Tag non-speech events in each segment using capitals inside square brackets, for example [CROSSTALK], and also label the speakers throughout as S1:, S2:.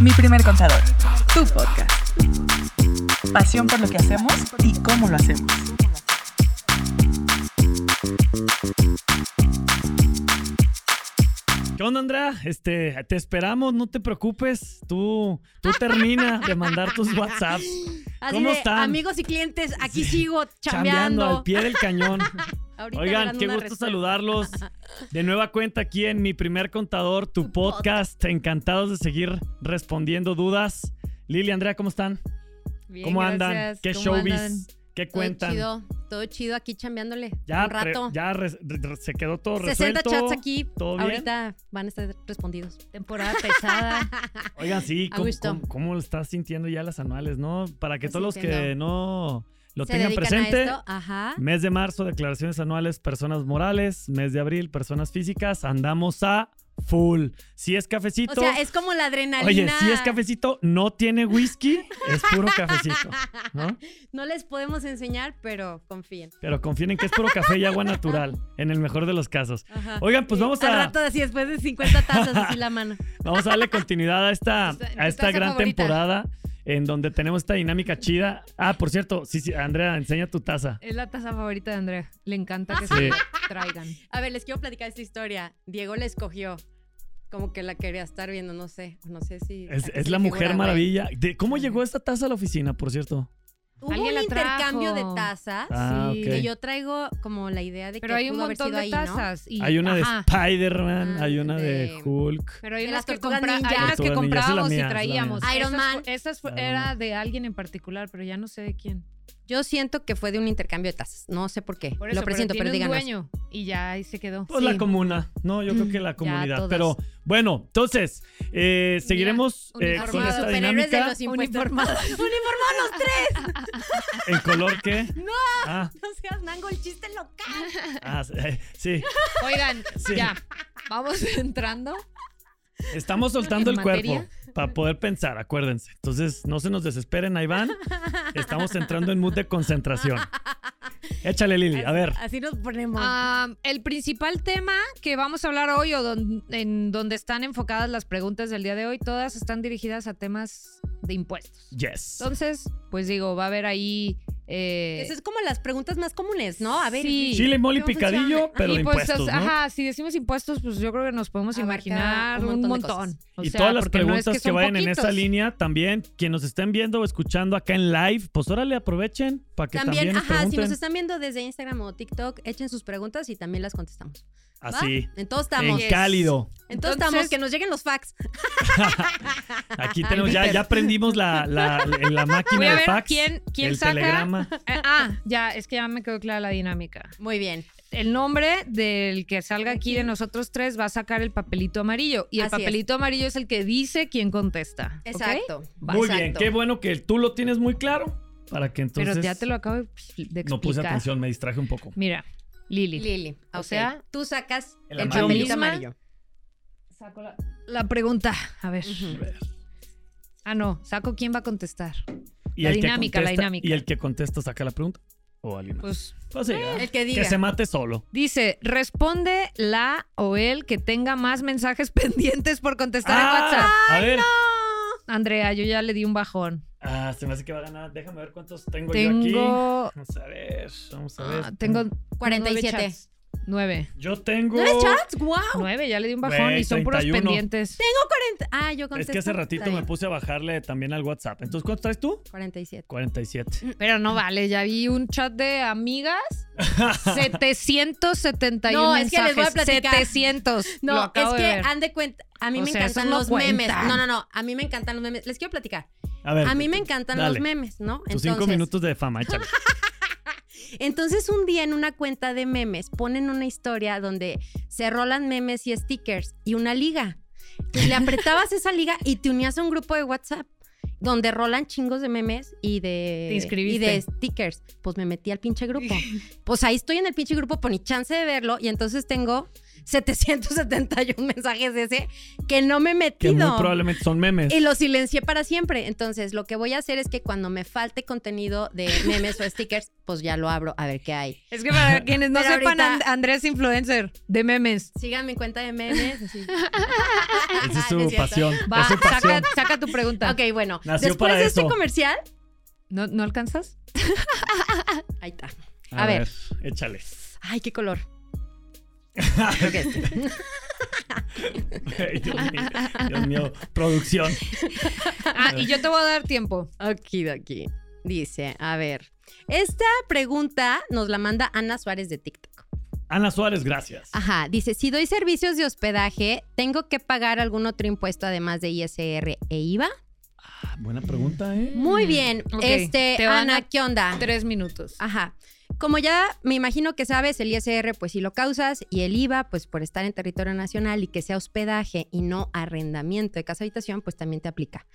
S1: Mi primer contador, tu podcast. Pasión por lo que hacemos y cómo lo hacemos.
S2: ¿Qué onda, Andrea? Este, te esperamos, no te preocupes. Tú, tú termina de mandar tus WhatsApps.
S3: [LAUGHS] Así
S2: ¿Cómo
S3: de,
S2: están?
S3: amigos y clientes, aquí
S2: Sí.
S3: sigo
S2: [LAUGHS] Chambeando al
S3: chambeando.
S2: pie del cañón.
S3: [LAUGHS] Ahorita
S2: Oigan,
S3: dando
S2: qué
S3: una
S2: gusto
S3: respuesta.
S2: saludarlos. De nueva cuenta aquí en Mi Primer Contador, tu
S3: Tu
S2: podcast. Encantados de seguir respondiendo dudas. Lili, Andrea, ¿cómo están?
S3: Bien,
S2: ¿Cómo andan?
S3: gracias.
S2: ¿Qué
S3: ¿Cómo
S2: showbiz?
S3: andan?
S2: ¿Qué
S3: Todo
S2: cuentan?
S3: chido, todo chido aquí chambeándole.
S2: Ya,
S3: un
S2: re-
S3: rato.
S2: ya re- re- se quedó todo
S3: 60
S2: resuelto.
S3: chats aquí.
S2: ¿Todo bien?
S3: Ahorita van a estar respondidos.
S4: Temporada pesada.
S2: Oigan, sí,
S3: A
S2: ¿cómo,
S3: gusto.
S2: cómo, cómo lo estás sintiendo ya las anuales, no? Para que
S3: Lo
S2: todos los que
S3: sintiendo.
S2: no [LAUGHS] lo
S3: Se
S2: tengan
S3: dedican a
S2: presente,
S3: esto. Ajá.
S2: mes de marzo, declaraciones anuales, personas morales, mes de abril, personas físicas, andamos a full. Si es
S3: O
S2: cafecito,
S3: sea, es como la adrenalina.
S2: oye, si es cafecito, no tiene whisky, es puro cafecito,
S3: [LAUGHS]
S2: ¿no?
S3: No les podemos enseñar, pero confíen.
S2: Pero confíen en que es puro café y agua natural, en el mejor de los casos.
S3: Ajá.
S2: Oigan, pues vamos
S3: Al
S2: a,
S3: rato así, después de 50 tazas, así la mano.
S2: Vamos a darle continuidad a esta,
S4: Tu taza
S2: a esta gran
S4: favorita.
S2: temporada en donde tenemos esta dinámica chida. Ah, por cierto, sí, sí, Andrea, enseña tu taza.
S4: Es la taza favorita de Andrea. Le encanta que
S2: Sí.
S4: se
S3: [LAUGHS]
S4: traigan.
S3: A ver, les quiero platicar esta historia. Diego la escogió. Como que la quería estar viendo, no sé. No sé si.
S2: Es,
S3: a qué
S2: es
S3: se
S2: la
S3: le
S2: mujer
S3: figura, güey.
S2: maravilla. ¿De ¿Cómo llegó esta taza a la oficina, por cierto?
S3: Hubo
S4: Alguien
S3: un
S4: la trajo.
S3: intercambio de tazas.
S2: Ah,
S4: Sí.
S2: ok.
S3: Que yo traigo como la idea de
S4: Pero
S3: que
S4: hay un
S3: pudo haber
S4: montón
S3: sido
S4: de
S3: ahí, ¿no?
S4: tazas. y-
S2: Hay una de
S4: ajá,
S2: Spider-Man,
S3: Ah,
S2: hay una de,
S3: de-
S2: Hulk.
S4: Pero hay
S3: de
S4: unas
S3: las
S4: que,
S3: tortugas
S4: compra- hay
S3: ninja.
S2: Tortugas
S4: unas
S2: ninja, esa
S4: que
S2: es la
S4: comprábamos
S2: mía, esa
S4: y
S2: es la
S4: traíamos.
S3: mía. Iron
S4: Esas
S3: Man.
S4: fu- Esas fu-
S2: Iron
S4: era
S2: Man.
S4: de alguien en particular, pero ya no sé de quién.
S3: Yo siento que fue de un intercambio de tazas. No sé por qué.
S4: Por eso,
S3: Lo presiento, pero,
S4: tiene un
S3: díganos. [LAUGHS]
S4: dueño y ya ahí se quedó.
S2: Pues
S3: Sí.
S2: la comuna. No, yo creo que la
S4: Ya,
S2: comunidad.
S4: todas.
S2: Pero bueno, entonces, eh, seguiremos eh, con
S4: uniformados,
S2: esta
S3: superhéroes de
S2: dinámica.
S3: los impuestos.
S4: Uniformados.
S3: [LAUGHS] Uniformados los tres.
S2: ¿En color qué? No. Ah,
S3: No seas nango, el chiste local.
S2: ah, eh, sí.
S4: Oigan,
S2: Sí.
S4: ya. Vamos [LAUGHS] entrando.
S2: Estamos soltando
S4: ¿En
S2: el cuerpo
S4: materia?
S2: para poder pensar, acuérdense. Entonces, no se nos desesperen, ahí van. Estamos entrando en mood de concentración. Échale, Lili, a ver.
S3: Así nos ponemos.
S4: Ah, el principal tema que vamos a hablar hoy o don- en donde están enfocadas las preguntas del día de hoy, todas están dirigidas a temas de impuestos.
S2: Yes.
S4: Entonces, pues digo, va a haber ahí. eh,
S3: Esas son como las preguntas más comunes, ¿no? A ver.
S4: Sí.
S2: Chile, mole y
S3: ¿Cómo funciona?
S2: picadillo, pero de
S4: y pues,
S2: impuestos, ¿no?
S4: ajá, si decimos impuestos, pues yo creo que nos podemos
S3: Abarca
S4: imaginar
S3: un
S4: un
S3: montón de
S4: montón. O
S2: Y
S4: sea,
S2: todas las
S4: porque no
S2: preguntas
S4: es
S2: que,
S4: son
S2: vayan en esa
S4: poquitos.
S2: línea, también, quien nos estén viendo o escuchando acá en live, pues órale, aprovechen para que también,
S3: También,
S2: nos
S3: ajá, si
S2: pregunten.
S3: nos están viendo desde Instagram o TikTok, echen sus preguntas y también las contestamos. ¿va?
S2: Así,
S3: En todos
S2: en
S4: Ah,
S3: estamos.
S2: cálido.
S3: En todos
S4: Entonces-
S3: estamos, que nos lleguen los facts.
S2: Aquí tenemos, ya, ya aprendimos la, la, la
S4: Voy a
S2: máquina de
S4: ver
S2: fax,
S4: quién- quién
S2: el
S4: saca.
S2: telegrama.
S4: Eh, [LAUGHS] Ah, ya, es que ya me quedó clara la dinámica.
S3: Muy bien.
S4: El nombre del que salga aquí de nosotros tres va a sacar el papelito amarillo. Y el
S3: Así es.
S4: papelito amarillo es el que dice quién contesta. ¿ok?
S3: Exacto.
S2: Muy bien,
S3: Exacto.
S2: qué bueno que tú lo tienes muy claro para que entonces...
S4: Pero ya te lo acabo de de explicar. Mm,
S2: No puse atención, me distraje un poco.
S4: Mira, Lili.
S3: Lili.
S4: O
S3: O sea,
S4: sea,
S3: tú sacas
S2: el
S3: el,
S2: amarillo
S3: papelito
S4: misma.
S3: amarillo.
S4: Saco la, la pregunta. A ver.
S3: Ujú.
S4: Ah, no. Saco quién va a contestar.
S2: Y
S4: La
S2: el que
S4: dinámica, la
S2: contesta-
S4: dinámica.
S2: Y el que contesta saca la pregunta. O alguien más.
S4: Pues
S2: Pues sí, ¿verdad?
S3: El que diga.
S2: que se mate solo.
S4: dice, responde la o el que tenga más mensajes [LAUGHS] pendientes por contestar en
S2: Ah,
S4: WhatsApp.
S2: a ver.
S4: Andrea, yo ya le di un bajón.
S2: Ah, se me hace que va a ganar. Déjame ver cuántos tengo, Pues yo aquí.
S4: Tengo...
S2: Vamos a ver, vamos a ver.
S4: ah, tengo...
S3: 47.
S4: Nueve.
S2: Yo tengo.
S3: ¿Nueve chats? ¡Wow!
S4: Nueve, ya le di un bajón
S2: Güey,
S4: y son puros
S2: 31.
S4: pendientes.
S3: Ah, yo
S2: Es
S3: contesto.
S2: que hace ratito
S3: Está
S2: me
S3: bien.
S2: puse a bajarle también al WhatsApp. Entonces, ¿cuántos traes tú?
S3: 47.
S2: 47.
S4: Pero no vale, ya vi un chat de
S2: [LAUGHS]
S4: amigas. 771
S3: No, es
S4: mensajes.
S3: que les voy a platicar.
S4: 700.
S3: No,
S4: Lo acabo
S3: es
S4: de
S3: que
S4: ver.
S3: han de cuenta. A mí
S4: O
S3: me
S4: sea, eso
S3: encantan
S4: no
S3: los memes.
S4: cuenta.
S3: No, no, no. A mí me encantan los memes. Les quiero platicar.
S2: A ver.
S3: A mí me encantan
S2: dale.
S3: los memes, ¿no?
S2: Tus cinco minutos de fama,
S4: [LAUGHS]
S2: échale.
S3: Entonces un día en una cuenta de memes ponen una historia donde se rolan memes y stickers y una liga. Y le apretabas esa liga y te unías a un grupo de WhatsApp donde rolan chingos de memes y de
S4: Te
S3: y
S4: inscribiste.
S3: de stickers. Pues me metí al pinche
S4: [LAUGHS]
S3: grupo. Pues ahí estoy en el pinche grupo por ni chance de verlo y entonces tengo 771 mensajes de ese que no me he
S2: Que
S3: metido.
S2: muy probablemente son memes.
S3: Y lo silencié para siempre. Entonces, lo que voy a hacer es que cuando me falte contenido de memes o stickers, pues ya lo abro a ver qué hay.
S4: Es que para quienes no
S3: Pero
S4: sepan,
S3: ahorita-
S4: And- Andrea es influencer de memes.
S3: Síganme en cuenta de memes. así.
S2: Esa es
S3: No Ah, es
S2: su
S3: cierto.
S2: pasión.
S4: Va,
S2: es su pasión.
S4: saca, saca tu pregunta.
S3: Ok, bueno.
S2: Nació
S3: después
S2: para
S3: de este
S2: eso.
S3: comercial.
S4: ¿No, ¿No alcanzas?
S3: Ahí está. a ver.
S2: Échale.
S3: Ay, qué color.
S2: [LAUGHS] Ay, Dios mío, Dios mío, producción.
S4: Ah, y yo te voy a dar tiempo.
S3: Okidoki. Dice, a ver. Esta pregunta nos la manda Ana Suárez de TikTok.
S2: Ana Suárez, gracias.
S3: Ajá, dice, si doy servicios de hospedaje, ¿tengo que pagar algún otro impuesto además de ISR e IVA?
S2: Ah, buena pregunta, ¿eh?
S3: Muy
S4: Mm,
S3: bien.
S4: ok.
S3: Este,
S4: Te van
S3: Ana,
S4: a-
S3: ¿qué onda?
S4: Tres minutos.
S3: Ajá. Como ya me imagino que sabes, el ISR pues si lo causas y el IVA pues por estar en territorio nacional y que sea hospedaje y no arrendamiento de casa habitación pues también te aplica.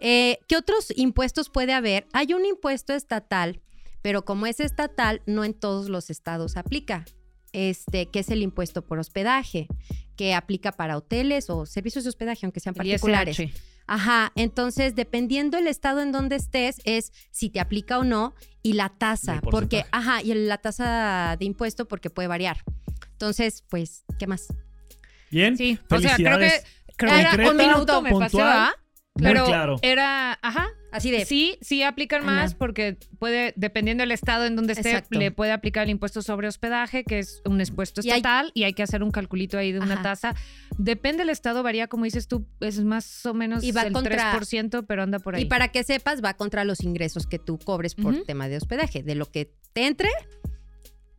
S3: Eh, ¿Qué otros impuestos puede haber? Hay un impuesto estatal, pero como es estatal no en todos los estados aplica. Este, que es el impuesto por hospedaje, que aplica para hoteles o servicios de hospedaje, aunque sean
S4: Y
S3: particulares.
S4: SH.
S3: Ajá, entonces dependiendo el estado en donde estés es si te aplica o no y la
S2: Y
S3: tasa,
S2: el
S3: porque
S2: porcentaje.
S3: ajá, y la tasa de impuesto porque puede variar. Entonces, pues, ¿qué más?
S2: Bien.
S4: Sí, o sea, creo que,
S2: Felicidades.
S4: creo que era
S2: Concreta,
S4: un minuto me pasé,
S2: puntual,
S4: ¿verdad?
S2: Muy
S4: Pero
S2: claro.
S4: era, ajá,
S3: Así de
S4: sí, sí aplican
S3: Ajá.
S4: más porque puede, dependiendo del estado en donde esté,
S3: Exacto.
S4: le puede aplicar el impuesto sobre hospedaje, que es un impuesto
S3: Y hay-
S4: estatal, y hay, que hacer un calculito ahí de una
S3: Ajá.
S4: tasa. Depende del estado, varía, como dices tú, es más o menos
S3: Y va
S4: el
S3: contra-
S4: 3%, pero anda por ahí.
S3: y para que sepas va contra los ingresos que tú cobres por
S4: Ujú.
S3: tema de hospedaje, de lo que te entre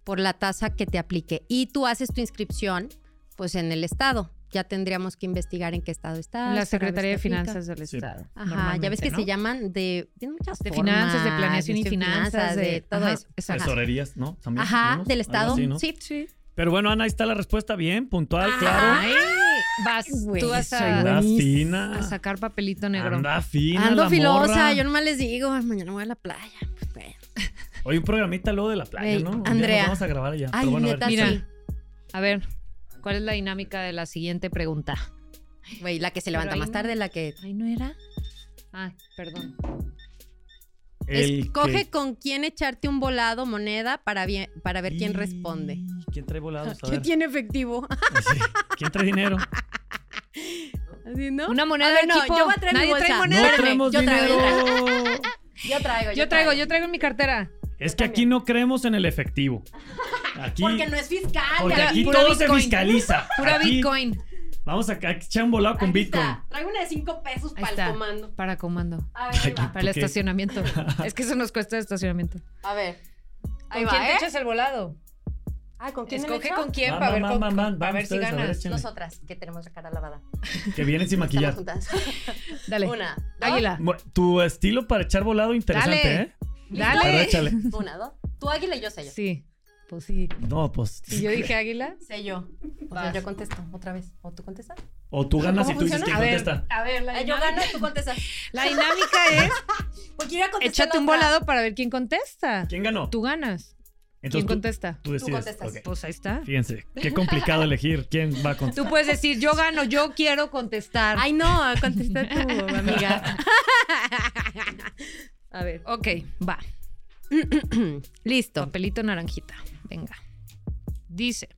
S3: por la tasa que te aplique y tú haces tu inscripción pues en el estado. Ya tendríamos que investigar en qué estado estás. para
S4: la
S3: ver
S4: Secretaría de
S3: si aplica.
S4: Finanzas del
S2: Sí.
S4: Estado.
S3: Ajá, ya ves que se
S4: llama
S3: llaman de. tienen muchas
S4: De
S3: formas,
S4: finanzas, de planeación y
S3: de
S4: finanzas,
S3: de, todo
S4: ajá,
S3: eso.
S4: exacto.
S2: Tesorerías, ¿no? También,
S3: Ajá,
S2: ¿no?
S3: del
S2: Algo
S3: Estado.
S2: así, ¿no?
S3: Sí.
S2: Pero bueno, Ana, ahí está la respuesta. Bien, puntual,
S3: Ajá.
S2: claro.
S4: Ay, vas,
S3: güey,
S4: tú vas
S3: soy
S4: a,
S2: Anda
S3: buenísima.
S2: fina.
S4: a sacar papelito negro.
S2: Anda fina.
S3: Ando
S2: la
S3: filosa,
S2: morra.
S3: yo nomás les digo, "Ay, mañana voy a la playa. Pues, bueno.
S2: Oye, un programita luego de la playa,
S3: Ey,
S2: ¿no? Un día nos
S3: Andrea.
S2: Vamos a grabar allá.
S3: Ay,
S2: Pero bueno, a ver,
S3: neta,
S4: mira.
S2: échale.
S3: sí.
S4: A ver, ¿cuál es la dinámica de la siguiente pregunta?
S3: Güey, la que se levanta
S4: Pero
S3: más
S4: ahí no-
S3: tarde, la que.
S4: Ay, ¿no era? Ah, perdón.
S2: El
S3: Escoge
S2: que-
S3: con quién echarte un volado, moneda, para, bien, para ver quién responde.
S2: Y- ¿Quién trae volados? A
S3: ¿Quién
S2: ver.
S3: tiene efectivo? [LAUGHS]
S2: Así, ¿Quién trae dinero?
S3: Así, ¿no?
S4: Una moneda
S3: A ver,
S4: de
S3: no,
S4: equipo.
S3: yo voy a traer mi
S4: Nadie trae
S3: bolsa.
S4: moneda.
S2: No
S3: Espérame,
S2: traemos
S3: yo traigo,
S2: dinero.
S3: yo
S4: [LAUGHS]
S3: Yo traigo,
S4: Yo traigo, yo traigo en mi cartera.
S2: Es que aquí no creemos en el efectivo. Aquí,
S3: Porque no es fiscal.
S2: porque
S3: ya.
S2: aquí
S4: pura
S2: todo se
S4: Bitcoin. [LAUGHS]
S2: fiscaliza.
S4: Pura
S2: Aquí
S4: Bitcoin.
S2: Vamos a a echar un volado con
S3: Aquí está.
S2: Bitcoin.
S3: Traigo una de 5 pesos
S4: Ahí
S3: para el
S4: está.
S3: comando.
S4: Para comando.
S3: A ver, ahí va.
S4: Para el
S2: ¿Por qué? [LAUGHS]
S4: estacionamiento. es que eso nos cuesta el estacionamiento.
S3: A ver. Ahí
S4: ¿Con
S3: va,
S4: quién te
S3: ¿eh?
S4: echas el volado?
S3: Ah, ¿con quién
S4: Escoge
S3: me
S4: con quién
S2: Van,
S4: para ver,
S2: van,
S4: con-
S2: van, van,
S4: para
S2: van
S4: ver si
S2: ustedes, a ver,
S4: ganas.
S2: échenle.
S3: Nosotras, que tenemos la cara lavada.
S2: Que vienen sin
S3: Estamos
S2: maquillar.
S3: juntas.
S4: Dale.
S3: Una, dos,
S4: Águila.
S2: Mu- Tu estilo para echar volado interesante,
S4: Dale.
S2: ¿eh? Pero
S4: Dale.
S2: échale.
S3: una, dos. Tú águila y yo sello.
S4: Sí. Pues sí.
S2: No, pues.
S4: Y yo dije águila.
S3: Sello. O sea,
S4: Vas.
S3: yo contesto otra vez. ¿O tú contestas?
S2: O tú ganas y
S3: ¿Cómo
S2: tú dices
S3: funciona?
S2: quién
S4: A ver,
S2: contesta.
S4: a ver, la
S3: Ah, yo
S4: dinámica,
S3: gano, tú contestas.
S4: la [LAUGHS] dinámica es
S3: Porque yo ya contesté
S4: échate
S3: la
S4: un
S3: otra.
S4: volado para ver quién contesta.
S2: ¿Quién ganó?
S4: Tú ganas.
S2: Entonces,
S4: ¿Quién
S2: tú-
S4: contesta?
S2: Tú decides.
S3: contestas.
S2: Ok.
S4: Pues ahí está.
S2: Fíjense,
S4: [LAUGHS]
S2: qué complicado elegir quién va a contestar.
S4: Tú puedes decir, yo gano, yo quiero contestar.
S3: Ay, no, contesta tú, [LAUGHS] amiga. [CLEARS THROAT] A ver.
S4: Ok, va.
S3: Listo.
S4: Papelito naranjita. Venga. Dice.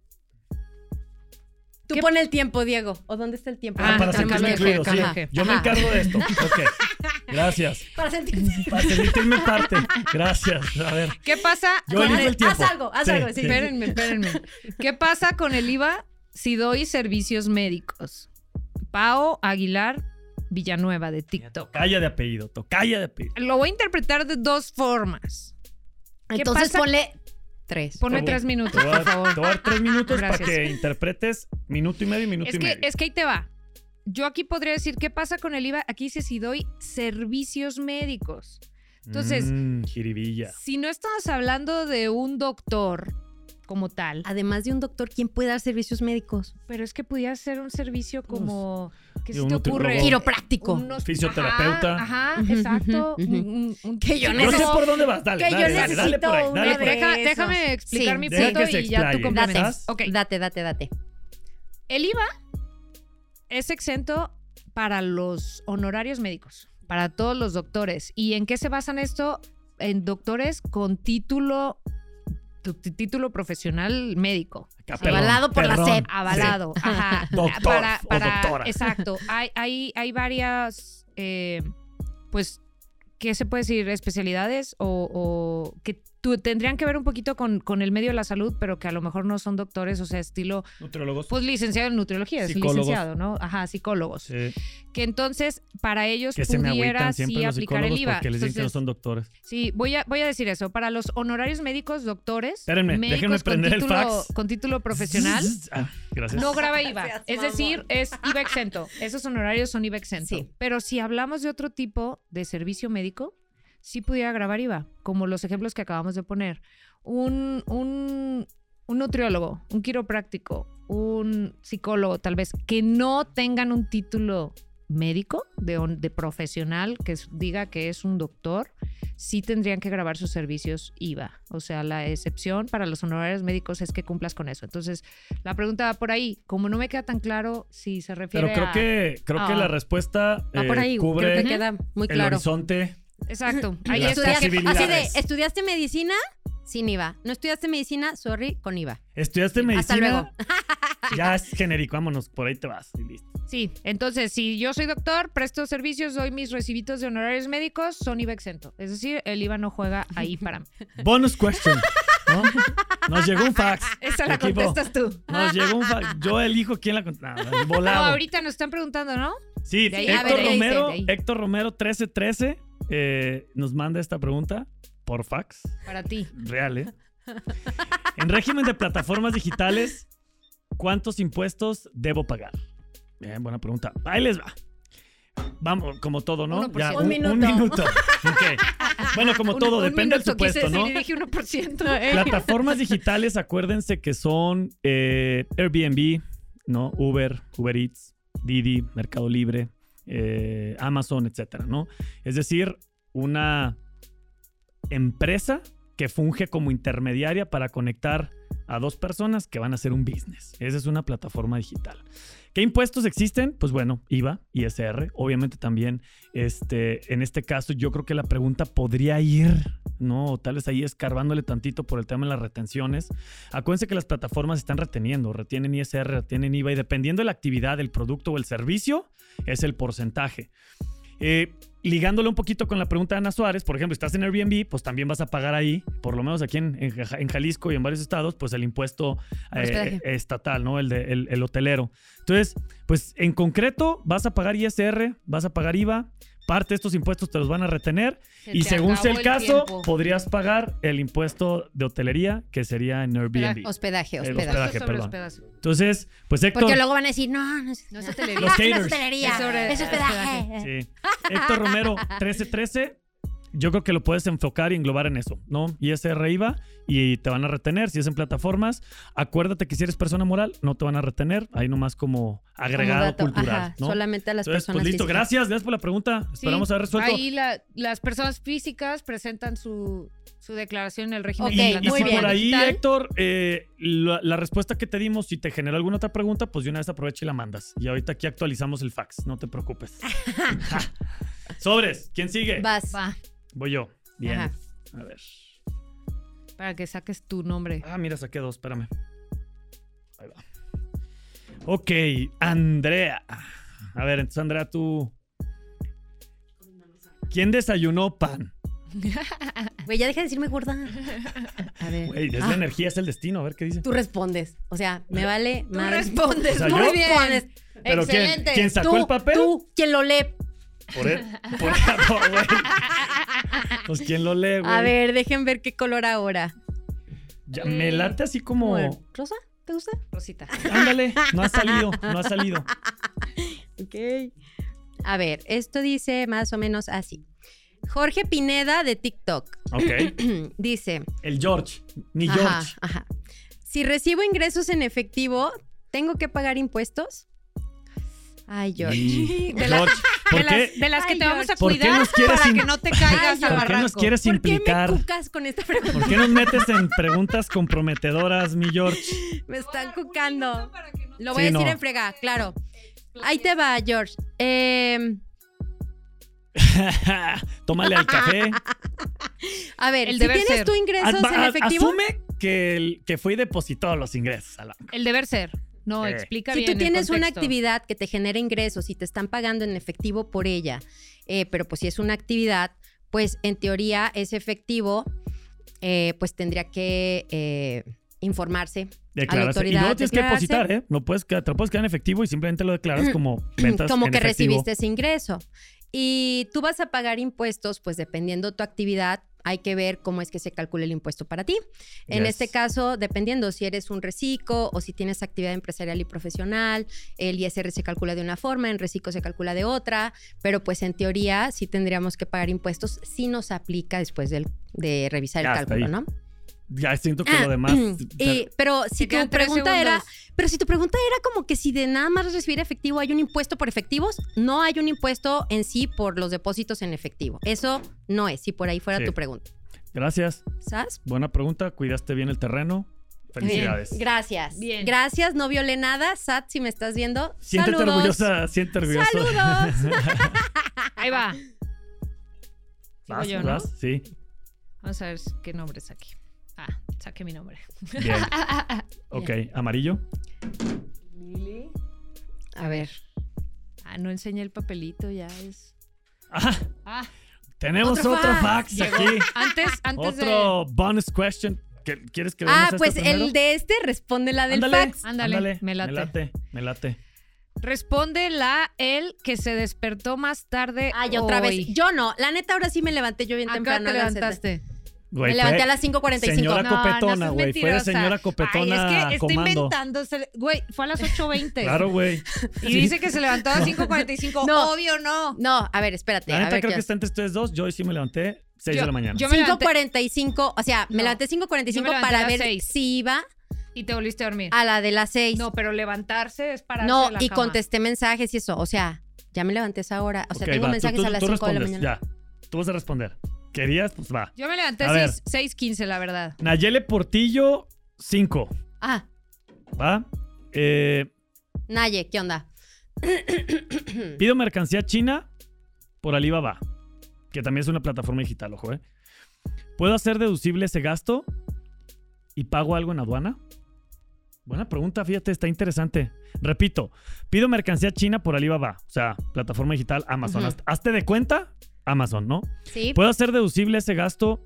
S3: Tú
S4: ¿Qué-
S3: pon el tiempo, Diego. ¿O dónde está el tiempo?
S4: Ah,
S2: para
S4: está
S2: sentirme
S4: Carlos,
S2: incluido,
S4: ok,
S2: sí.
S4: ok.
S2: Yo me
S3: Ajá.
S2: encargo de esto.
S4: [LAUGHS]
S2: Ok. Gracias.
S3: Para sentirme.
S2: Para sentirme parte. Gracias. A ver.
S4: ¿Qué pasa?
S2: [LAUGHS] Yo
S4: con-
S2: elijo
S3: haz
S2: el tiempo.
S3: algo, haz algo, sí.
S4: [LAUGHS] Espérenme, espérenme. ¿Qué pasa con el IVA si doy servicios médicos? Pao Aguilar Villanueva de TikTok.
S2: Tocaya de apellido, tocaya de
S3: [LAUGHS]
S2: apellido.
S4: Lo voy a interpretar de dos formas. ¿Qué
S3: Entonces
S4: pasa?
S3: ponle tres.
S4: Ponme
S2: Te voy-
S4: tres minutos,
S2: Te voy a
S4: por
S2: dar, te voy a
S4: favor.
S2: dar tres minutos
S4: Gracias.
S2: para que interpretes minuto y medio y minuto
S4: Es
S2: y
S4: que,
S2: medio.
S4: es que ahí te va. Yo aquí podría decir, ¿qué pasa con el IVA? Aquí dice si doy servicios médicos. entonces-
S2: Mm, jiribilla.
S4: Si no estamos hablando de un doctor como tal,
S3: Además de un doctor, ¿quién puede dar servicios médicos?
S4: pero es que pudiera ser un servicio como. ¿Qué
S2: digo,
S4: se
S2: un
S4: te ocurre?
S2: nutriólogo.
S3: Quiropráctico.
S4: Unos-
S2: Fisioterapeuta.
S4: Ajá, ajá,
S3: Ujú,
S4: exacto.
S3: ujú, ujú.
S4: un- un- un-
S3: Que yo
S2: No sé
S3: necesito-
S2: por dónde vas. Dale,
S3: que yo
S2: dale, dale, dale por ahí.
S3: necesito
S2: Dale
S3: una
S2: por ahí.
S4: Deja-
S3: de
S4: déjame
S3: esos.
S4: explicar
S3: Sí,
S4: mi
S2: deja
S4: punto
S2: que se
S4: y ya tú
S2: explaye.
S4: complementas.
S2: Date.
S4: Ok.
S3: Date, date, date.
S4: El IVA es exento para los honorarios médicos, para todos los doctores. ¿Y en qué se basan esto? En doctores con título tu t- título profesional médico.
S2: Acá,
S4: Sí.
S2: perrón,
S3: Avalado por la
S2: perrón.
S3: SEP.
S4: Avalado. Ajá.
S2: [LAUGHS] Doctor o doctora.
S4: Exacto. Hay, hay, hay varias, eh, pues, ¿qué se puede decir? Especialidades o, o que tu- tendrían que ver un poquito con, con el medio de la salud, pero que a lo mejor no son doctores, o sea, estilo,
S2: Sí. Nutriólogos.
S4: pues, licenciado en nutriología, es
S2: Psicólogos.
S4: licenciado, ¿no? Ajá, psicólogos.
S2: Sí,
S4: Que entonces, para ellos
S3: pues
S2: que eh, se me
S4: pudiera
S2: agüitan siempre
S4: sí
S2: los
S4: aplicar el
S2: psicólogos
S4: IVA.
S2: porque les dicen que no
S4: Entonces,
S2: son doctores.
S4: Sí, voy a, voy a decir eso. Para los honorarios médicos, doctores,
S2: Espérenme,
S4: médicos
S2: déjenme prender el
S4: con, título,
S2: fax.
S4: con título profesional,
S2: [LAUGHS] Ah, gracias.
S4: no graba IVA.
S3: Gracias,
S4: Es
S3: mamón.
S4: decir, es IVA exento. Esos honorarios son IVA exento.
S3: Sí.
S4: Pero si hablamos de otro tipo de servicio médico, sí pudiera grabar IVA, como los ejemplos que acabamos de poner. Un, un, un nutriólogo, un quiropráctico, un psicólogo, tal vez, que no tengan un título médico, de, on- de profesional, que es- diga que es un doctor, sí tendrían que grabar sus servicios IVA. O sea, la excepción para los honorarios médicos es que cumplas con eso. Entonces, la pregunta va por ahí. Como no me queda tan claro si se refiere
S2: Pero creo
S4: a...
S2: que, creo que
S4: Ah.
S2: la respuesta
S3: Va por
S2: eh,
S3: ahí,
S2: cubre
S3: creo que queda muy
S2: el
S3: claro.
S2: horizonte.
S4: Exacto.
S2: Y
S4: Ahí
S2: las
S4: está.
S3: Estudiaste- así de,
S2: posibilidades.
S3: ¿estudiaste medicina? Sin IVA. ¿No estudiaste medicina? Sorry, con IVA.
S2: Estudiaste medicina.
S3: Hasta luego.
S2: [LAUGHS] Ya es genérico, vámonos, por ahí te vas y listo.
S4: Sí, entonces, si yo soy doctor, presto servicios, doy mis recibitos de honorarios médicos, son IVA exento. Es decir, el IVA no juega ahí para mí.
S2: Bonus question. ¿no? Nos llegó un fax.
S4: Esa la
S2: Equipo.
S4: contestas tú.
S2: Nos llegó un fax. Yo elijo quién la contaba.
S4: No,
S2: volado.
S4: ahorita nos están preguntando, ¿no?
S2: Sí,
S4: De ahí,
S3: a
S2: Héctor,
S3: ver, ¿qué dice?
S2: Romero,
S4: De ahí.
S2: Héctor Romero 1313 eh, nos manda esta pregunta por fax.
S4: Para ti.
S2: Real, ¿eh? En régimen de plataformas digitales, ¿cuántos impuestos debo pagar? Bien, buena pregunta. Ahí les va. Vamos, como todo, ¿no?
S4: Uno por ciento.
S3: Un minuto.
S2: minuto. Ok. Bueno, como
S4: Un-
S2: todo,
S4: un
S2: depende del
S4: minuto quise
S2: supuesto, ¿no?
S4: decir y dije 1%.
S2: Plataformas digitales, acuérdense que son eh, Airbnb, ¿no? Uber, Uber Eats, Didi, Mercado Libre, eh, Amazon, etcétera, ¿no? Es decir, una empresa que funge como intermediaria para conectar a dos personas que van a hacer un business. Esa es una plataforma digital. ¿Qué impuestos existen? Pues bueno, IVA, ISR, obviamente también. Este, en este caso, yo creo que la pregunta podría ir, ¿no? O tal vez ahí escarbándole tantito por el tema de las retenciones. Acuérdense que las plataformas están reteniendo, retienen ISR, retienen IVA y dependiendo de la actividad, del producto o el servicio, es el porcentaje. Eh, ligándolo un poquito con la pregunta de Ana Suárez, por ejemplo, estás en Airbnb, pues también vas a pagar ahí, por lo menos aquí en, en Ja- en Jalisco y en varios estados, pues el impuesto eh,
S3: Hospedaje.
S2: eh, estatal, ¿no? El, de, el, el hotelero. Entonces, pues en concreto vas a pagar ISR, vas a pagar IVA, parte de estos impuestos te los van a retener y
S4: te
S2: según sea
S4: acabó
S2: el caso,
S4: tiempo.
S2: podrías pagar el impuesto de hotelería que sería en Airbnb.
S3: Hospedaje,
S2: El
S3: hospedaje.
S2: hospedaje,
S4: Sobre
S2: perdón.
S4: hospedaje.
S2: Entonces, pues Héctor...
S3: Porque luego van a decir, no, no es,
S4: No es
S3: no.
S4: hotelería.
S2: Los
S3: es una
S2: haters.
S3: hostelería,
S4: Es sobre-
S3: es hospedaje.
S2: Sí. Héctor
S3: [LAUGHS]
S2: Romero, 1313. Yo creo que lo puedes enfocar y englobar en eso, ¿no? ISR IVA y te van a retener. Si es en plataformas, acuérdate que si eres persona moral, no te van a retener. Ahí nomás como agregado
S3: Como dato,
S2: cultural,
S3: ajá,
S2: ¿no?
S3: Solamente a las
S2: Entonces,
S3: personas.
S2: pues listo.
S3: físicas.
S2: Gracias, gracias por la pregunta.
S4: Sí,
S2: Esperamos haber resuelto.
S4: Ahí la- las personas físicas presentan su, su declaración en el régimen.
S3: Ok,
S2: Y- y,
S4: de
S2: si
S3: muy bien.
S2: por ahí,
S4: digital.
S2: Héctor, eh, la, la respuesta que te dimos, si te generó alguna otra pregunta, pues de una vez aprovecha y la mandas. Y ahorita aquí actualizamos el fax, no te
S3: [LAUGHS]
S2: preocupes. [LAUGHS] Sobres, ¿quién sigue?
S3: Vas.
S4: Va,
S2: Voy yo. Bien.
S3: Ajá.
S2: A ver.
S4: para que saques tu nombre.
S2: Ah, mira, saqué dos, espérame. Ahí va. Ok, Andrea. A ver, entonces, Andrea, tú. ¿Quién desayunó pan?
S3: Güey, ya deja de decirme gorda. A ver.
S2: Güey, es la
S3: Ah,
S2: energía, es el destino. A ver qué dice.
S3: tú respondes. O sea, me vale
S4: Tú
S3: madre.
S4: respondes,
S2: O sea,
S3: Tú
S2: yo-
S3: respondes.
S2: Pero ¿quién-
S3: Excelente.
S2: quién sacó
S3: Tú,
S2: el papel? Este
S3: Tú, quien lo lee.
S2: Por él. Por e-, [LAUGHS] no, güey. Pues quién lo lee, güey.
S3: A ver, dejen ver qué color ahora.
S2: Ya, me late así como.
S3: Como- ¿Rosa? ¿Te gusta?
S4: Rosita.
S2: Ándale, no ha salido, no ha salido.
S3: Ok. A ver, esto dice más o menos así. Jorge Pineda de TikTok [CLEARS THROAT]
S2: Ok.
S3: dice.
S2: El George. Ni
S3: Ajá,
S2: George.
S3: ajá. Si recibo ingresos en efectivo, ¿tengo que pagar impuestos? Ay, George.
S2: Ni-
S4: De la-
S2: George. ¿Por
S4: de,
S2: qué?
S4: las, de las que
S3: Ay,
S4: te vamos a
S2: ¿Por qué
S4: cuidar
S2: nos quieres
S4: para
S2: in-
S4: que no te caigas al
S2: ¿Por qué nos
S4: barranco.
S2: quieres
S3: [LAUGHS] ¿Por qué me
S2: implicar?
S3: cucas con esta
S2: [LAUGHS]
S3: pregunta?
S2: ¿Por qué nos metes en preguntas comprometedoras, mi George? [LAUGHS]
S3: Me están
S4: Voy a dar un minuto
S3: cucando.
S4: para que no
S3: Lo voy
S4: te-
S3: a
S2: Sí,
S3: decir
S2: no.
S3: en frega, claro. Ahí te va, George. Eh,
S2: Tómale al café.
S3: a ver,
S4: El
S3: si
S4: deber
S3: tienes
S4: ser.
S3: tu ingresos
S2: Adva-
S3: en
S2: a-
S3: efectivo,
S2: Asume que, el, que fue y depositó los ingresos a la banca.
S4: El deber ser. No,
S2: Sí.
S4: explica
S3: Si
S4: bien.
S3: tú
S4: el
S3: tienes una
S4: contexto.
S3: actividad que te genera ingresos y te están pagando en efectivo por ella, eh, pero pues si es una actividad, pues en teoría ese efectivo, eh, pues tendría que eh, informarse.
S2: Declararse. Y
S3: autoridad,
S2: luego tienes que
S3: declararse.
S2: depositar, ¿eh? No puedes, quedar- te lo puedes quedar en efectivo y simplemente lo declaras como
S3: [CLEARS THROAT]
S2: ventas
S3: como
S2: en
S3: que
S2: efectivo.
S3: recibiste ese ingreso. Y tú vas a pagar impuestos, pues dependiendo tu actividad, hay que ver cómo es que se calcula el impuesto para ti. En
S2: Yes.
S3: este caso, dependiendo si eres un reciclo o si tienes actividad empresarial y profesional, el ISR se calcula de una forma, en reciclo se calcula de otra, pero pues en teoría sí tendríamos que pagar impuestos si nos aplica después del- de revisar
S2: Ya,
S3: el
S2: hasta
S3: cálculo,
S2: ahí.
S3: ¿no?
S2: Ya siento que
S3: Ah,
S2: lo
S3: [CLEARS THROAT]
S2: demás.
S3: y- pero si
S4: Te
S3: tu
S4: quedan tres
S3: pregunta era,
S4: segundos.
S3: pero si tu pregunta era como que si de nada más recibir efectivo hay un impuesto por efectivos, no hay un impuesto en sí por los depósitos en efectivo. Eso no es, si por ahí fuera
S2: Sí.
S3: tu pregunta.
S2: Gracias.
S3: ¿Sabes?
S2: Buena pregunta. Cuidaste bien el terreno. Felicidades.
S3: Gracias.
S4: Bien.
S3: Gracias, no violé nada. Sat, si me estás viendo,
S2: Siéntete
S3: saludos.
S2: orgullosa, siéntete orgullosa. [LAUGHS]
S3: Saludos.
S4: Ahí va. Sigo
S2: Vas,
S4: yo, ¿no?
S2: vas, sí.
S4: Vamos a ver qué nombre saqué. Ah, saqué mi nombre.
S3: [LAUGHS]
S2: Bien. Ok, amarillo.
S3: A ver,
S4: Ah, no enseñé el papelito, ya es.
S2: Ah,
S4: Ah,
S2: tenemos
S3: Otro
S2: otro,
S3: fax.
S2: fax,
S3: [LAUGHS]
S2: aquí.
S4: [LAUGHS] antes, antes de.
S2: Otro bonus question. ¿Qué- ¿Quieres que
S3: ah,
S2: leamos este
S3: pues el
S2: primero?
S3: de este responde la del
S2: Ándale,
S3: fax.
S4: Ándale,
S2: ándale,
S4: me late.
S2: Me late, me late.
S4: Responde la el que se despertó más tarde.
S3: Ay, otra
S4: hoy.
S3: vez. Yo no, la neta ahora sí me levanté yo bien
S4: ¿A qué hora
S3: temprano.
S4: te
S3: a las
S4: levantaste?
S2: Güey,
S3: me
S2: fue-
S3: levanté a las 5.45.
S2: Señora
S4: No, no
S2: copetona,
S4: seas
S2: güey. fue de
S4: mentirosa.
S2: señora copetona
S4: Ay, es que está
S2: comando.
S4: inventándose. Güey, fue a las 8.20.
S2: Claro,
S3: [LAUGHS]
S2: güey.
S4: Y dice que se levantó a 5.45.
S3: No.
S4: Obvio, no.
S3: No, a ver, espérate.
S2: La
S3: a
S2: neta
S3: ver,
S2: creo
S3: ¿qué
S2: que está entre ustedes dos. Yo hoy sí me levanté 6
S4: Yo-
S2: de la mañana.
S4: yo- me levanté-
S3: 5.45, o sea, me
S4: No,
S3: levanté
S4: yo me
S3: 5.45
S4: levanté a
S3: para
S4: las
S3: ver
S4: seis.
S3: si iba
S4: Y te volviste a dormir.
S3: a la de las 6.
S4: No, pero levantarse es para.
S3: No, y contesté mensajes y eso, o sea, ya me levanté a esa hora, o sea,
S2: Ok,
S3: tengo
S2: va, tú-
S3: mensajes
S2: tú-
S3: a las
S2: tú
S3: 5 de la
S2: respondes,
S3: mañana.
S2: Ya. Tú vas a responder. ¿Querías? Pues va.
S4: Yo me levanté
S2: A
S4: a
S2: ver.
S4: 6 6.15, la verdad.
S2: Nayele Portillo, 5.
S3: Ah,
S2: ¿Va? Eh,
S3: Naye, ¿qué onda? Mm.
S2: pido mercancía china por Alibaba, que también es una plataforma digital, ojo, ¿eh? ¿Puedo hacer deducible ese gasto y pago algo en aduana? Buena pregunta, fíjate, está interesante. Repito, pido mercancía china por Alibaba, o sea, plataforma digital Amazon.
S3: Ujú.
S2: Haz- Hazte de cuenta, Amazon, ¿no?
S3: ¿Sí?
S2: ¿Puedo hacer deducible ese gasto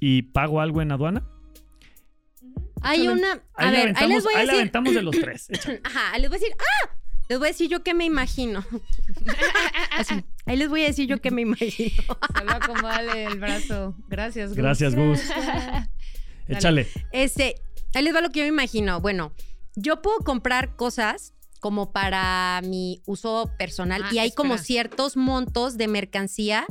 S2: y pago algo en aduana?
S3: Hay
S2: échale.
S3: una,
S2: Ahí
S3: a
S2: le
S3: ver, ahí les
S2: aventamos-
S3: voy a
S2: ahí le
S3: decir,
S2: aventamos de los
S3: [CLEARS THROAT]
S2: tres. échale.
S3: ajá, ahí les voy a decir, ¡ah! Les voy a decir yo qué
S2: [LAUGHS]
S3: me imagino. Así, ahí les voy a decir yo qué me imagino.
S4: Solo acomódale el brazo. Gracias, Gus.
S2: Gracias, Gus. Échale.
S3: Este, ahí les va lo que yo me imagino. Bueno, yo puedo comprar cosas como para mi uso personal
S4: Ah,
S3: y hay como
S4: espera.
S3: ciertos montos de mercancía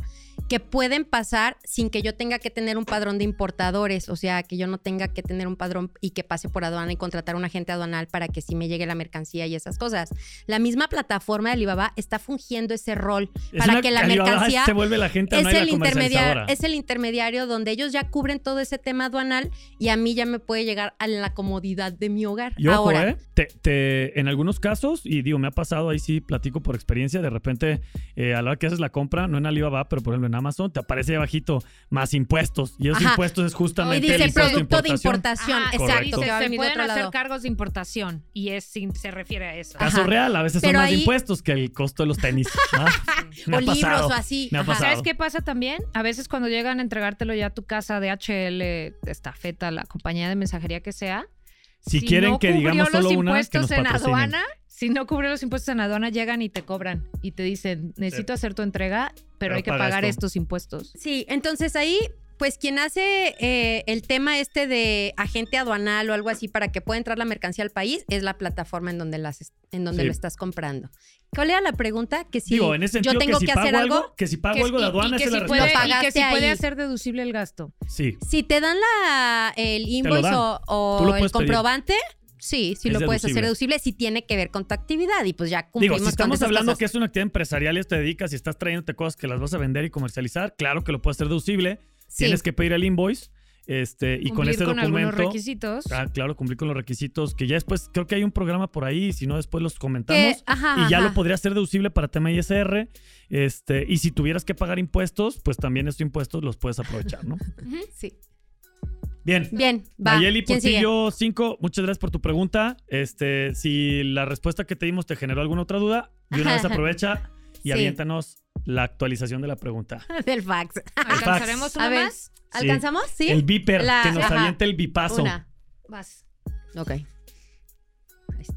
S3: que pueden pasar sin que yo tenga que tener un padrón de importadores, o sea, que yo no tenga que tener un padrón y que pase por aduana y contratar un agente aduanal para que sí me llegue la mercancía y esas cosas. La misma plataforma de Alibaba está fungiendo ese rol
S2: Es
S3: para
S2: una-
S3: que la
S2: Alibaba
S3: mercancía
S2: se vuelve la gente, no
S3: es
S2: hay
S3: el,
S2: la comercializadora.
S3: intermediario, es el intermediario donde ellos ya cubren todo ese tema aduanal y a mí ya me puede llegar a la comodidad de mi hogar.
S2: Y ojo,
S3: Ahora,
S2: ¿eh? Te- te- en algunos casos, y digo, me ha pasado, ahí sí platico por experiencia, de repente eh, a la hora que haces la compra, no en Alibaba, pero por ejemplo en Amazon, te aparece ahí abajito más impuestos. Y esos
S3: Ajá.
S2: impuestos es
S3: y
S2: justamente el
S3: dice
S2: impuesto de
S3: producto de
S2: importación.
S3: importación.
S4: Ajá,
S3: Exacto.
S2: Correcto.
S3: que
S4: Dice,
S3: va a
S4: se
S3: venir de
S4: pueden
S3: otro
S4: hacer
S3: lado.
S4: cargos de importación y es sin- se refiere a eso.
S3: Ah,
S2: Caso
S3: Ajá.
S2: real, a veces
S3: Pero
S2: son más
S3: ahí-
S2: impuestos que el costo de los tenis.
S3: [LAUGHS]
S2: ¿no? Me
S3: o
S2: ha
S3: libros
S2: pasado.
S3: o así.
S2: Me ha
S3: Ajá.
S2: pasado.
S4: ¿Sabes qué pasa también? A veces cuando llegan a entregártelo ya a tu casa, DHL, estafeta, la compañía de mensajería que sea.
S2: Si, quieren que
S4: cubrió
S2: digamos solo
S4: los
S2: una, que nos
S4: impuestos en
S2: patrocinen.
S4: aduana, si no cubrió los impuestos en aduana, llegan y te cobran y te dicen, necesito hacer tu entrega, pero,
S2: Pero
S4: hay que
S2: paga
S4: pagar
S2: esto".
S4: estos impuestos.
S3: Sí, entonces ahí, pues quien hace eh, el tema este de agente aduanal o algo así para que pueda entrar la mercancía al país es la plataforma en donde, las, en donde
S2: Sí.
S3: lo estás comprando. ¿Cuál era la pregunta? Que si
S2: Digo, en ese sentido,
S3: yo tengo
S2: que,
S3: que,
S2: si pago
S3: hacer algo,
S2: que si pago
S4: Que-
S2: algo de
S4: y- y
S2: aduana,
S4: que
S2: esa es
S4: si
S2: la
S4: puede-
S2: respuesta.
S3: Lo
S4: Y que si
S3: pagaste
S4: puede
S3: ahí.
S4: hacer deducible el gasto.
S2: Sí.
S3: Si te dan la, el invoice
S2: dan.
S3: o, o
S2: Tú lo
S3: el
S2: puedes pedir.
S3: comprobante, sí, sí
S2: Es
S3: lo puedes
S2: deducible.
S3: hacer deducible si tiene que ver con tu actividad y pues ya
S2: Digo,
S3: cumplimos
S2: si
S3: con
S2: estamos
S3: esas
S2: hablando
S3: cosas.
S2: que es una actividad empresarial y te dedicas y estás trayéndote cosas que las vas a vender y comercializar, claro que lo puedes hacer deducible.
S3: Sí.
S2: Tienes que pedir el invoice este, y con
S4: Cumplir
S2: ese
S4: algunos
S2: documento.
S4: requisitos.
S2: Ah,
S4: [LAUGHS]
S2: claro, cumplir con los requisitos, que ya después creo que hay un programa por ahí, si no, después los
S3: Que-
S2: comentamos.
S3: ajá,
S2: Y ya
S3: ajá.
S2: lo podría hacer deducible para tema ISR. Este, y si tuvieras que pagar impuestos, pues también estos impuestos los puedes aprovechar, ¿no?
S3: Ujú, Sí.
S2: Bien.
S3: Bien, va.
S2: Nayeli
S3: ¿Quién sigue?
S2: Portillo 5, muchas gracias por tu pregunta. Este, si la respuesta que te dimos te generó alguna otra duda, de una
S3: Ajá.
S2: vez aprovecha y
S3: Sí. ¿Ah,
S2: aviéntanos la actualización de la pregunta.
S3: [LAUGHS] Del fax.
S4: ¿Alcanzaremos
S3: A
S4: una
S3: ver.
S4: más?
S3: ¿Alcanzamos? Sí.
S2: El viper,
S3: La-
S2: que nos
S3: ajá.
S2: avienta el bipazo.
S3: Una.
S4: Vas.
S3: Ok. Ahí está.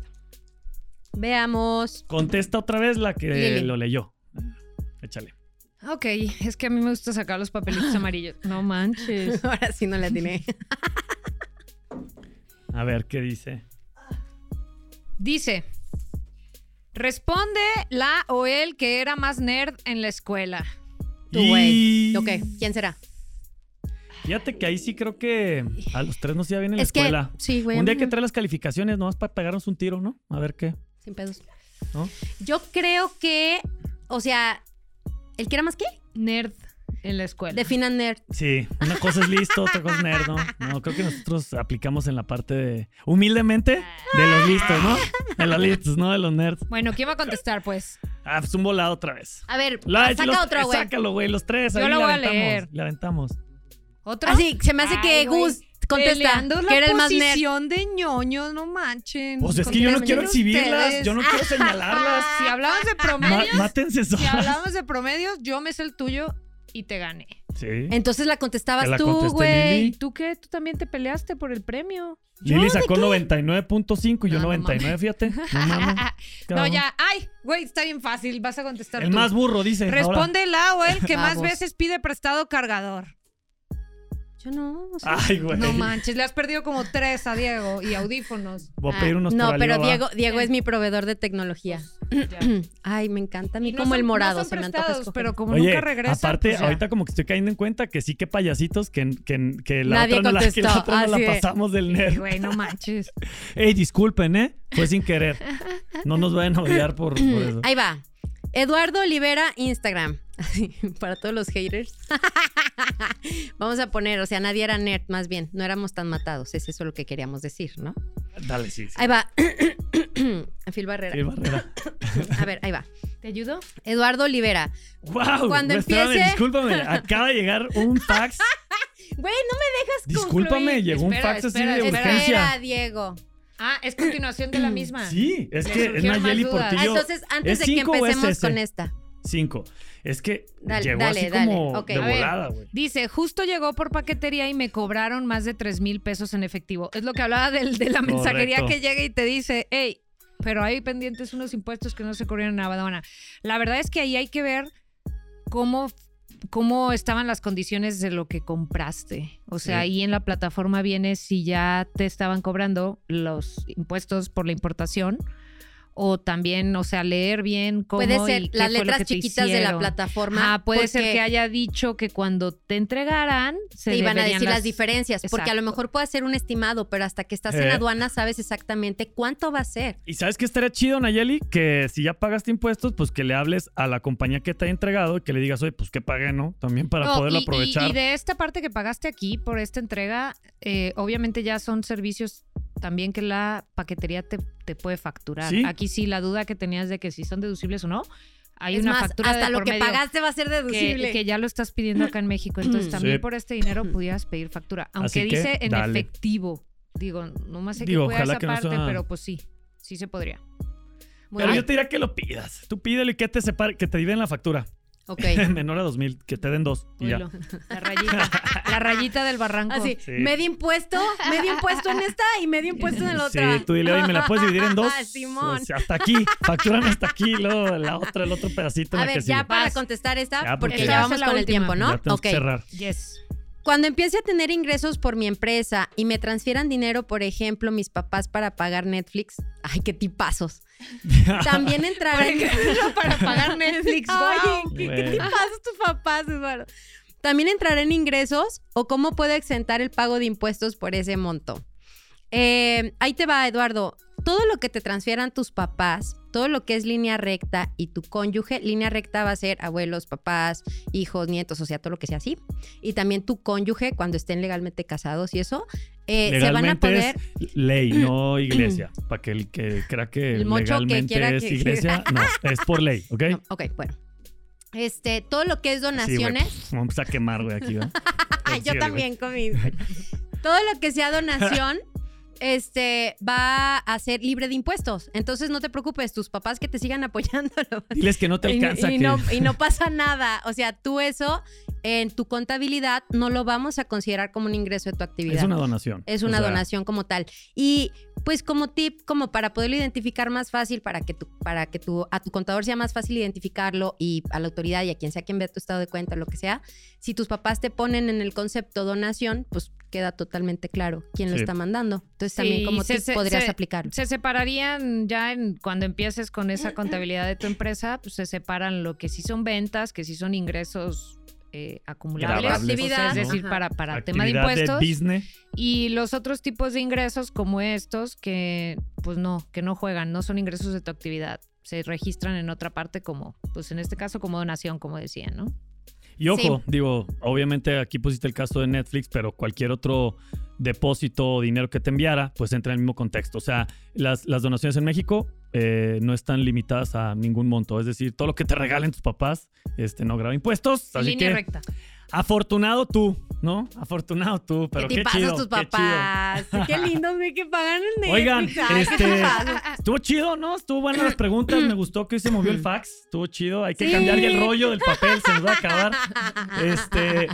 S3: Veamos. [LAUGHS]
S2: Contesta otra vez la que
S3: Lili.
S2: lo leyó. Échale.
S4: Ok, es que a mí me gusta sacar
S3: [GASPS]
S4: los papelitos amarillos. No manches.
S3: Ahora sí no la tiene.
S2: A ver, ¿qué dice?
S4: Dice, responde la o él que era más nerd en la escuela.
S3: Tu güey.
S2: Y-
S3: Ok, ¿quién será?
S2: Fíjate que ahí sí creo que a los tres nos iba bien en la
S3: es
S2: escuela.
S3: que. Sí, güey.
S2: Un
S3: a
S2: día
S3: mí
S2: hay que
S3: no,
S2: traer las calificaciones, nomás para pegarnos un tiro, ¿no? A ver qué.
S3: Sin pedos.
S2: ¿No?
S3: Yo creo que. O sea. ¿El que era más qué?
S4: Nerd en la escuela.
S3: Definan nerd.
S2: Sí, una cosa es listo, otra cosa es nerd, ¿no? No, creo que nosotros aplicamos en la parte de. Humildemente, de los listos, ¿no? De los listos, ¿no? De los nerds.
S4: bueno, ¿quién va a contestar pues?
S2: Ah, pues un volado otra vez.
S3: A ver,
S2: La-
S3: saca
S2: los-
S3: otro, güey.
S2: Sácalo, güey, los tres.
S4: Yo
S2: ahí
S4: la
S2: le
S4: voy a
S2: aventamos,
S4: leer.
S2: Le aventamos.
S4: ¿Otro?
S3: Así, se me hace
S4: Ay,
S3: que
S4: güey.
S3: Gus Ah, contesta
S4: Peleando la
S3: que era el más nerd.
S4: posición de ñoño, no manchen.
S2: Pues es que yo no
S3: Contéstenme
S2: quiero
S4: Contéstenme
S2: exhibirlas,
S4: ustedes.
S2: yo no quiero señalarlas.
S4: Ah, [LAUGHS] Si hablamos de
S3: [LAUGHS]
S2: Ma-
S4: promedios,
S2: mátense
S4: si
S2: solas.
S4: hablamos de promedios, yo me sé el tuyo y te gané.
S2: Sí.
S3: Entonces la contestabas
S2: Que la
S3: tú,
S2: conteste
S3: güey.
S2: Lili.
S4: ¿Y tú qué? Tú también te peleaste por el premio.
S2: Lili sacó 99.5 y yo
S4: No, no
S2: 99, fíjate. No mames.
S4: No, ya. Ay, güey, está bien fácil. Vas a contestar
S2: El
S4: tú.
S2: más burro, dice. ahora.
S4: Responde la
S2: [LAUGHS]
S4: o el que más
S3: Vamos.
S4: veces pide prestado cargador.
S3: Yo no. o sea,
S2: Ay, güey.
S4: No manches, le has perdido como tres a Diego y audífonos.
S2: Voy a pedir unos
S3: Ah, no,
S2: por
S3: pero
S2: Alibaba.
S3: Diego, Diego es mi proveedor de tecnología.
S4: Pues,
S3: [CLEARS THROAT]
S4: Ya.
S3: Ay, me encanta. A mí
S4: Y no
S3: como el
S4: son- no
S3: morado
S4: son
S3: se me antoja
S4: prestados,
S3: escoger.
S4: Pero como
S2: Oye,
S4: nunca regresa.
S2: aparte,
S4: pues ya.
S2: ahorita como que estoy cayendo en cuenta que sí que payasitos que, que, que la
S3: Nadie
S2: otra no la, que la,
S3: contestó,
S2: otra no la
S3: así de-
S2: pasamos del
S4: Sí,
S2: nerd.
S4: Güey, no manches.
S2: Ey, disculpen, ¿eh? Fue sin querer. No nos vayan a odiar por, por eso.
S3: Mm, Ahí va. Eduardo Olivera, Instagram. [LAUGHS] Así, Para todos los haters. [LAUGHS] Vamos a poner, o sea, nadie era nerd, más bien. No éramos tan matados. Es eso lo que queríamos decir, ¿no?
S2: Dale, sí, sí.
S3: Ahí va. [CLEARS THROAT] Phil Barrera.
S2: Sí, Barrera.
S3: A ver, ahí va.
S4: ¿Te ayudo?
S3: Eduardo Olivera.
S2: Wow,
S3: Cuando
S2: espérame,
S3: empiece-
S2: discúlpame, acaba de llegar
S3: [LAUGHS]
S2: un fax.
S3: Güey, no me dejas
S2: Discúlpame, llegó un
S4: Espera,
S2: fax así
S4: espera,
S2: de
S4: espera.
S3: concluir. Espera,
S2: urgencia.
S3: Diego.
S4: Ah, es continuación de la misma.
S2: Sí, es
S4: Le
S2: que es
S4: surgieron más
S2: Nayeli
S4: dudas.
S3: Ah,
S2: Portillo.
S3: entonces, antes
S2: ¿es
S3: de que
S2: cinco o es
S3: empecemos
S2: ese?
S3: con esta.
S2: 5. Es que
S3: Dale,
S2: llegó
S3: dale,
S2: así
S3: dale.
S2: como
S3: Ok.
S2: de
S4: A ver.
S2: volada, güey.
S4: Dice, justo llegó por paquetería y me cobraron más de 3 mil pesos en efectivo. Es lo que hablaba del, de la mensajería
S2: Correcto.
S4: que llega y te dice, hey, pero hay pendientes unos impuestos que no se cubrieron en Abadona. La verdad es que ahí hay que ver cómo, cómo estaban las condiciones de lo que compraste. O sea,
S2: Sí.
S4: ahí en la plataforma viene si ya te estaban cobrando los impuestos por la importación. O también, o sea, leer bien cómo
S3: Puede
S4: y
S3: ser
S4: qué
S3: las
S4: fue lo
S3: letras
S4: que te
S3: chiquitas de la
S4: hicieron.
S3: plataforma.
S4: Ah, puede ser
S3: porque
S4: que haya dicho que cuando te entregaran se
S3: te iban a
S4: deberían
S3: decir las, diferencias, porque a lo
S4: Exacto.
S3: mejor puede ser un estimado, pero hasta que estás en
S2: Eh.
S3: aduana sabes exactamente cuánto va a ser.
S2: Y sabes que estaría chido, Nayeli, que si ya pagaste impuestos, pues que le hables a la compañía que te ha entregado y que le digas, oye, pues que pagué, ¿no? También para
S4: No,
S2: poderlo
S4: y- y-
S2: aprovechar.
S4: Y, de esta parte que pagaste aquí por esta entrega, eh, obviamente ya son servicios también que la paquetería te, te puede facturar.
S2: Sí.
S4: Aquí sí la duda que tenías de que si son deducibles o no, hay
S3: es
S4: una
S3: más,
S4: factura
S3: hasta
S4: de
S3: lo
S4: por
S3: que
S4: medio
S3: pagaste va a ser deducible.
S4: Que, que ya lo estás pidiendo acá en México, entonces también
S2: Mm. Sí.
S4: por este dinero pudieras pedir factura,
S2: Así
S4: aunque
S2: que,
S4: dice en
S2: dale.
S4: efectivo. Digo, no más sé que
S2: Digo,
S4: pueda
S2: ojalá
S4: esa
S2: que no
S4: parte,
S2: sea-
S4: pero pues sí, sí se podría.
S3: Muy
S2: Pero
S3: bien.
S2: yo te diría que lo pidas. Tú pídelo y que te separe, que te den la factura. [LAUGHS]
S3: Ok.
S2: Menor a 2000, que te den dos. Y ya.
S4: Oílo, La rayita, la rayita del barranco.
S3: Así,
S2: Sí.
S3: Ah, medio impuesto, medio impuesto en esta y medio impuesto en la
S2: Sí,
S3: otra.
S2: tú dile, oye, ¿me la puedes dividir
S3: [LAUGHS]
S2: en dos?
S3: Ah, Simón.
S2: O sea, hasta aquí, facturan hasta aquí, luego la otra, el otro pedacito.
S3: A
S2: la que
S3: ver,
S2: sigue.
S3: ya para
S4: Vas.
S3: contestar esta,
S2: Ya,
S3: porque
S2: porque
S3: ya
S2: ya.
S3: vamos
S4: Esa
S3: con
S4: es la
S3: el tiempo,
S4: última.
S3: ¿no?
S2: Ya tenemos
S3: ok.
S2: que
S3: [LAUGHS]
S2: cerrar.
S4: Yes.
S3: Cuando empiece a tener ingresos por mi empresa y me transfieran dinero, por ejemplo, mis papás para pagar Netflix, ay,
S2: [LAUGHS]
S3: qué tipazos. También entrarán.
S4: Para
S3: [LAUGHS]
S4: pagar [LAUGHS] Netflix.
S3: Ay,
S4: wow.
S3: ¿qué, qué
S2: Bueno.
S3: tipazos tus papás, Eduardo? También entrarán en ingresos o cómo puedo exentar el pago de impuestos por ese monto. Eh, ahí te va, Eduardo. Todo lo que te transfieran tus papás, todo lo que es línea recta y tu cónyuge, línea recta va a ser abuelos, papás, hijos, nietos, o sea, todo lo que sea así. Y también tu cónyuge cuando estén legalmente casados y eso, eh, se van a
S2: Legalmente
S3: poder...
S2: es ley,
S3: [CLEARS THROAT]
S2: no iglesia. Para que el que crea que
S3: El mocho que
S2: legalmente
S3: quiera
S2: es
S3: que- [LAUGHS]
S2: iglesia, no, es por ley, ¿ok?
S3: No, ok, bueno. Este, todo lo que es
S2: ¿Eh? Sí, güey, pues,
S3: donaciones... [LAUGHS]
S2: pf, vamos a quemar, Pues güey, aquí, ¿verdad?
S3: Ay,
S2: [LAUGHS]
S3: Ah, yo
S2: Síguele, güey.
S3: también comí. Todo lo que sea donación este va a ser libre de impuestos. Entonces no te preocupes, tus papás que te sigan apoyando. lo van-
S2: Diles que no [LAUGHS] te
S3: y,
S2: alcanza.
S3: y
S2: que-
S3: no, y no pasa nada. O sea, tú eso en tu contabilidad no lo vamos a considerar como un ingreso de tu actividad.
S2: es una donación.
S3: Es
S2: o
S3: una
S2: sea,
S3: donación como tal. Y pues como tip, como para poderlo identificar más fácil, para que, tu, para que tu, a tu contador sea más fácil identificarlo y a la autoridad y a quien sea quien vea tu estado de cuenta, lo que sea, si tus papás te ponen en el concepto donación, pues queda totalmente claro quién lo
S2: Sí.
S3: está mandando. Entonces
S4: Sí,
S3: también como
S4: se-
S3: tip
S4: se-
S3: podrías
S4: se-
S3: aplicarlo.
S4: Se separarían ya en, cuando empieces con esa contabilidad de tu empresa, pues se separan lo que sí son ventas, que sí son ingresos eh, acumulables,
S2: Grabables,
S4: o sea,
S3: Actividad,
S4: es decir,
S3: ajá.
S4: para, para tema
S2: actividad
S4: de impuestos,
S2: de Disney.
S4: y los otros tipos de ingresos como estos que pues no, que no juegan, no son ingresos de tu actividad, se registran en otra parte como, pues en este caso como donación, como decía, ¿no?
S2: Y ojo, digo, obviamente aquí pusiste el caso de Netflix, pero cualquier otro depósito o dinero que te enviara, pues entra en el mismo contexto. O sea, las, las donaciones en México eh, no están limitadas a ningún monto. Es decir, todo lo que te regalen tus papás este, no graba impuestos. Así
S4: Línea
S2: que
S4: recta.
S2: afortunado tú, ¿no? Afortunado tú, pero
S3: ¿Qué
S2: qué,
S3: tipazos
S2: chido.
S3: tus
S2: qué chido.
S3: papás? Qué, lindos, güey, que pagan el Netflix.
S2: Oigan,
S3: Ay, qué
S2: este-
S3: tipazos.
S2: Estuvo chido, ¿no? Estuvo buenas las preguntas. Me gustó que hoy se movió el fax. Estuvo chido. Hay que
S3: Sí.
S2: cambiar el rollo del papel. Se nos va a acabar. Este,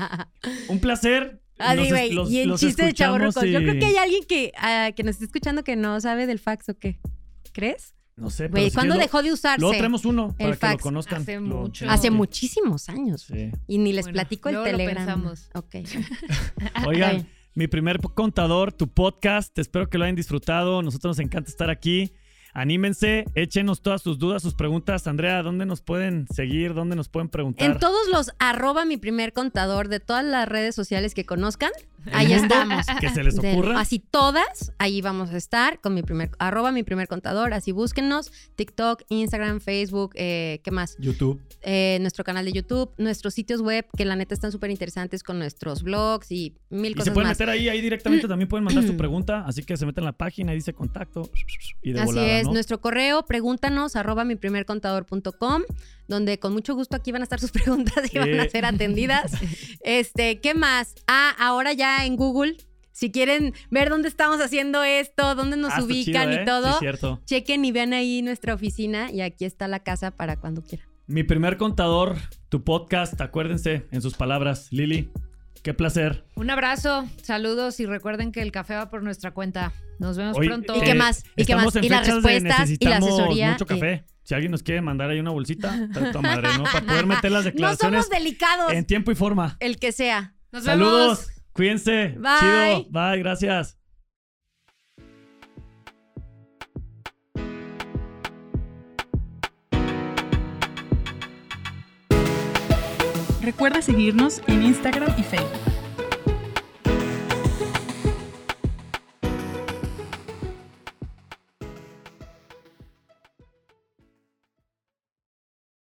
S2: Un placer.
S3: Así,
S2: Los-
S3: güey.
S2: los-
S3: Ah, Y el
S2: los
S3: chiste de
S2: escuchamos
S3: chaborrucos. Yo creo
S2: y-
S3: que hay alguien que, ah, que nos está escuchando que no sabe del fax o qué. ¿Crees?
S2: No sé, Eh, pero
S3: Güey,
S2: si
S3: ¿cuándo
S2: quieres
S3: dejó de usarse?
S2: Luego traemos uno para que
S3: fax.
S2: lo conozcan.
S4: Hace
S2: Lo-
S4: mucho.
S3: Hace
S2: Sí.
S3: muchísimos años.
S2: Sí.
S3: Y ni les
S4: Bueno,
S3: platico el
S4: luego lo
S3: Telegram.
S4: pensamos.
S3: Ok.
S2: Oigan, mi primer contador, tu podcast. Espero que lo hayan disfrutado. Nosotros nos encanta estar aquí. Anímense, échenos todas sus dudas, sus preguntas. Andrea, ¿dónde nos pueden seguir? ¿Dónde nos pueden preguntar?
S3: En todos los arroba mi primer contador de todas las redes sociales que conozcan, ahí
S2: mundo
S3: estamos.
S2: que se
S3: [LAUGHS]
S2: les
S3: De-
S2: ocurra.
S3: así todas, ahí vamos a estar con mi primer, arroba mi primer contador, así búsquenos, TikTok, Instagram, Facebook, eh, ¿qué más?
S2: YouTube.
S3: eh, nuestro canal de YouTube, nuestros sitios web, que la neta están súper interesantes con nuestros blogs y mil
S2: Y se
S3: cosas
S2: pueden
S3: más.
S2: meter ahí, ahí
S3: [CLEARS THROAT]
S2: directamente también pueden mandar su pregunta. Así que se meten en la página y dice contacto. Y de
S3: Así
S2: volada,
S3: es,
S2: ¿no?
S3: nuestro correo, pregúntanos, arroba mi primer donde con mucho gusto aquí van a estar sus [LAUGHS] preguntas y van a
S2: Sí.
S3: ser atendidas. Este, ¿qué más? Ah, ahora ya en Google, si quieren ver dónde estamos haciendo esto, dónde nos
S2: Ah, está
S3: ubican
S2: chido, ¿eh?
S3: y
S2: Sí,
S3: todo,
S2: cierto.
S3: chequen y vean ahí nuestra oficina y aquí está la casa para cuando quieran.
S2: Mi primer contador, tu podcast, acuérdense en sus palabras. Lili, qué placer.
S4: Un abrazo, saludos y recuerden que el café va por nuestra cuenta. Nos vemos
S2: Oye,
S4: pronto.
S3: ¿Y qué
S2: eh,
S3: más? ¿Y qué
S2: estamos
S3: más?
S2: en
S3: Y las
S2: fechas de
S3: respuestas y la
S2: necesitamos
S3: asesoría.
S2: Mucho
S3: y-
S2: café. Si alguien nos quiere mandar ahí una bolsita, está de toda madre, ¿no? Para poder meter las
S3: [LAUGHS] No somos
S2: declaraciones
S3: delicados,
S2: en tiempo y forma.
S3: el que sea.
S4: Nos vemos.
S2: Saludos, cuídense.
S3: Bye.
S2: Chido, bye, gracias.
S1: Recuerda seguirnos en Instagram y Facebook.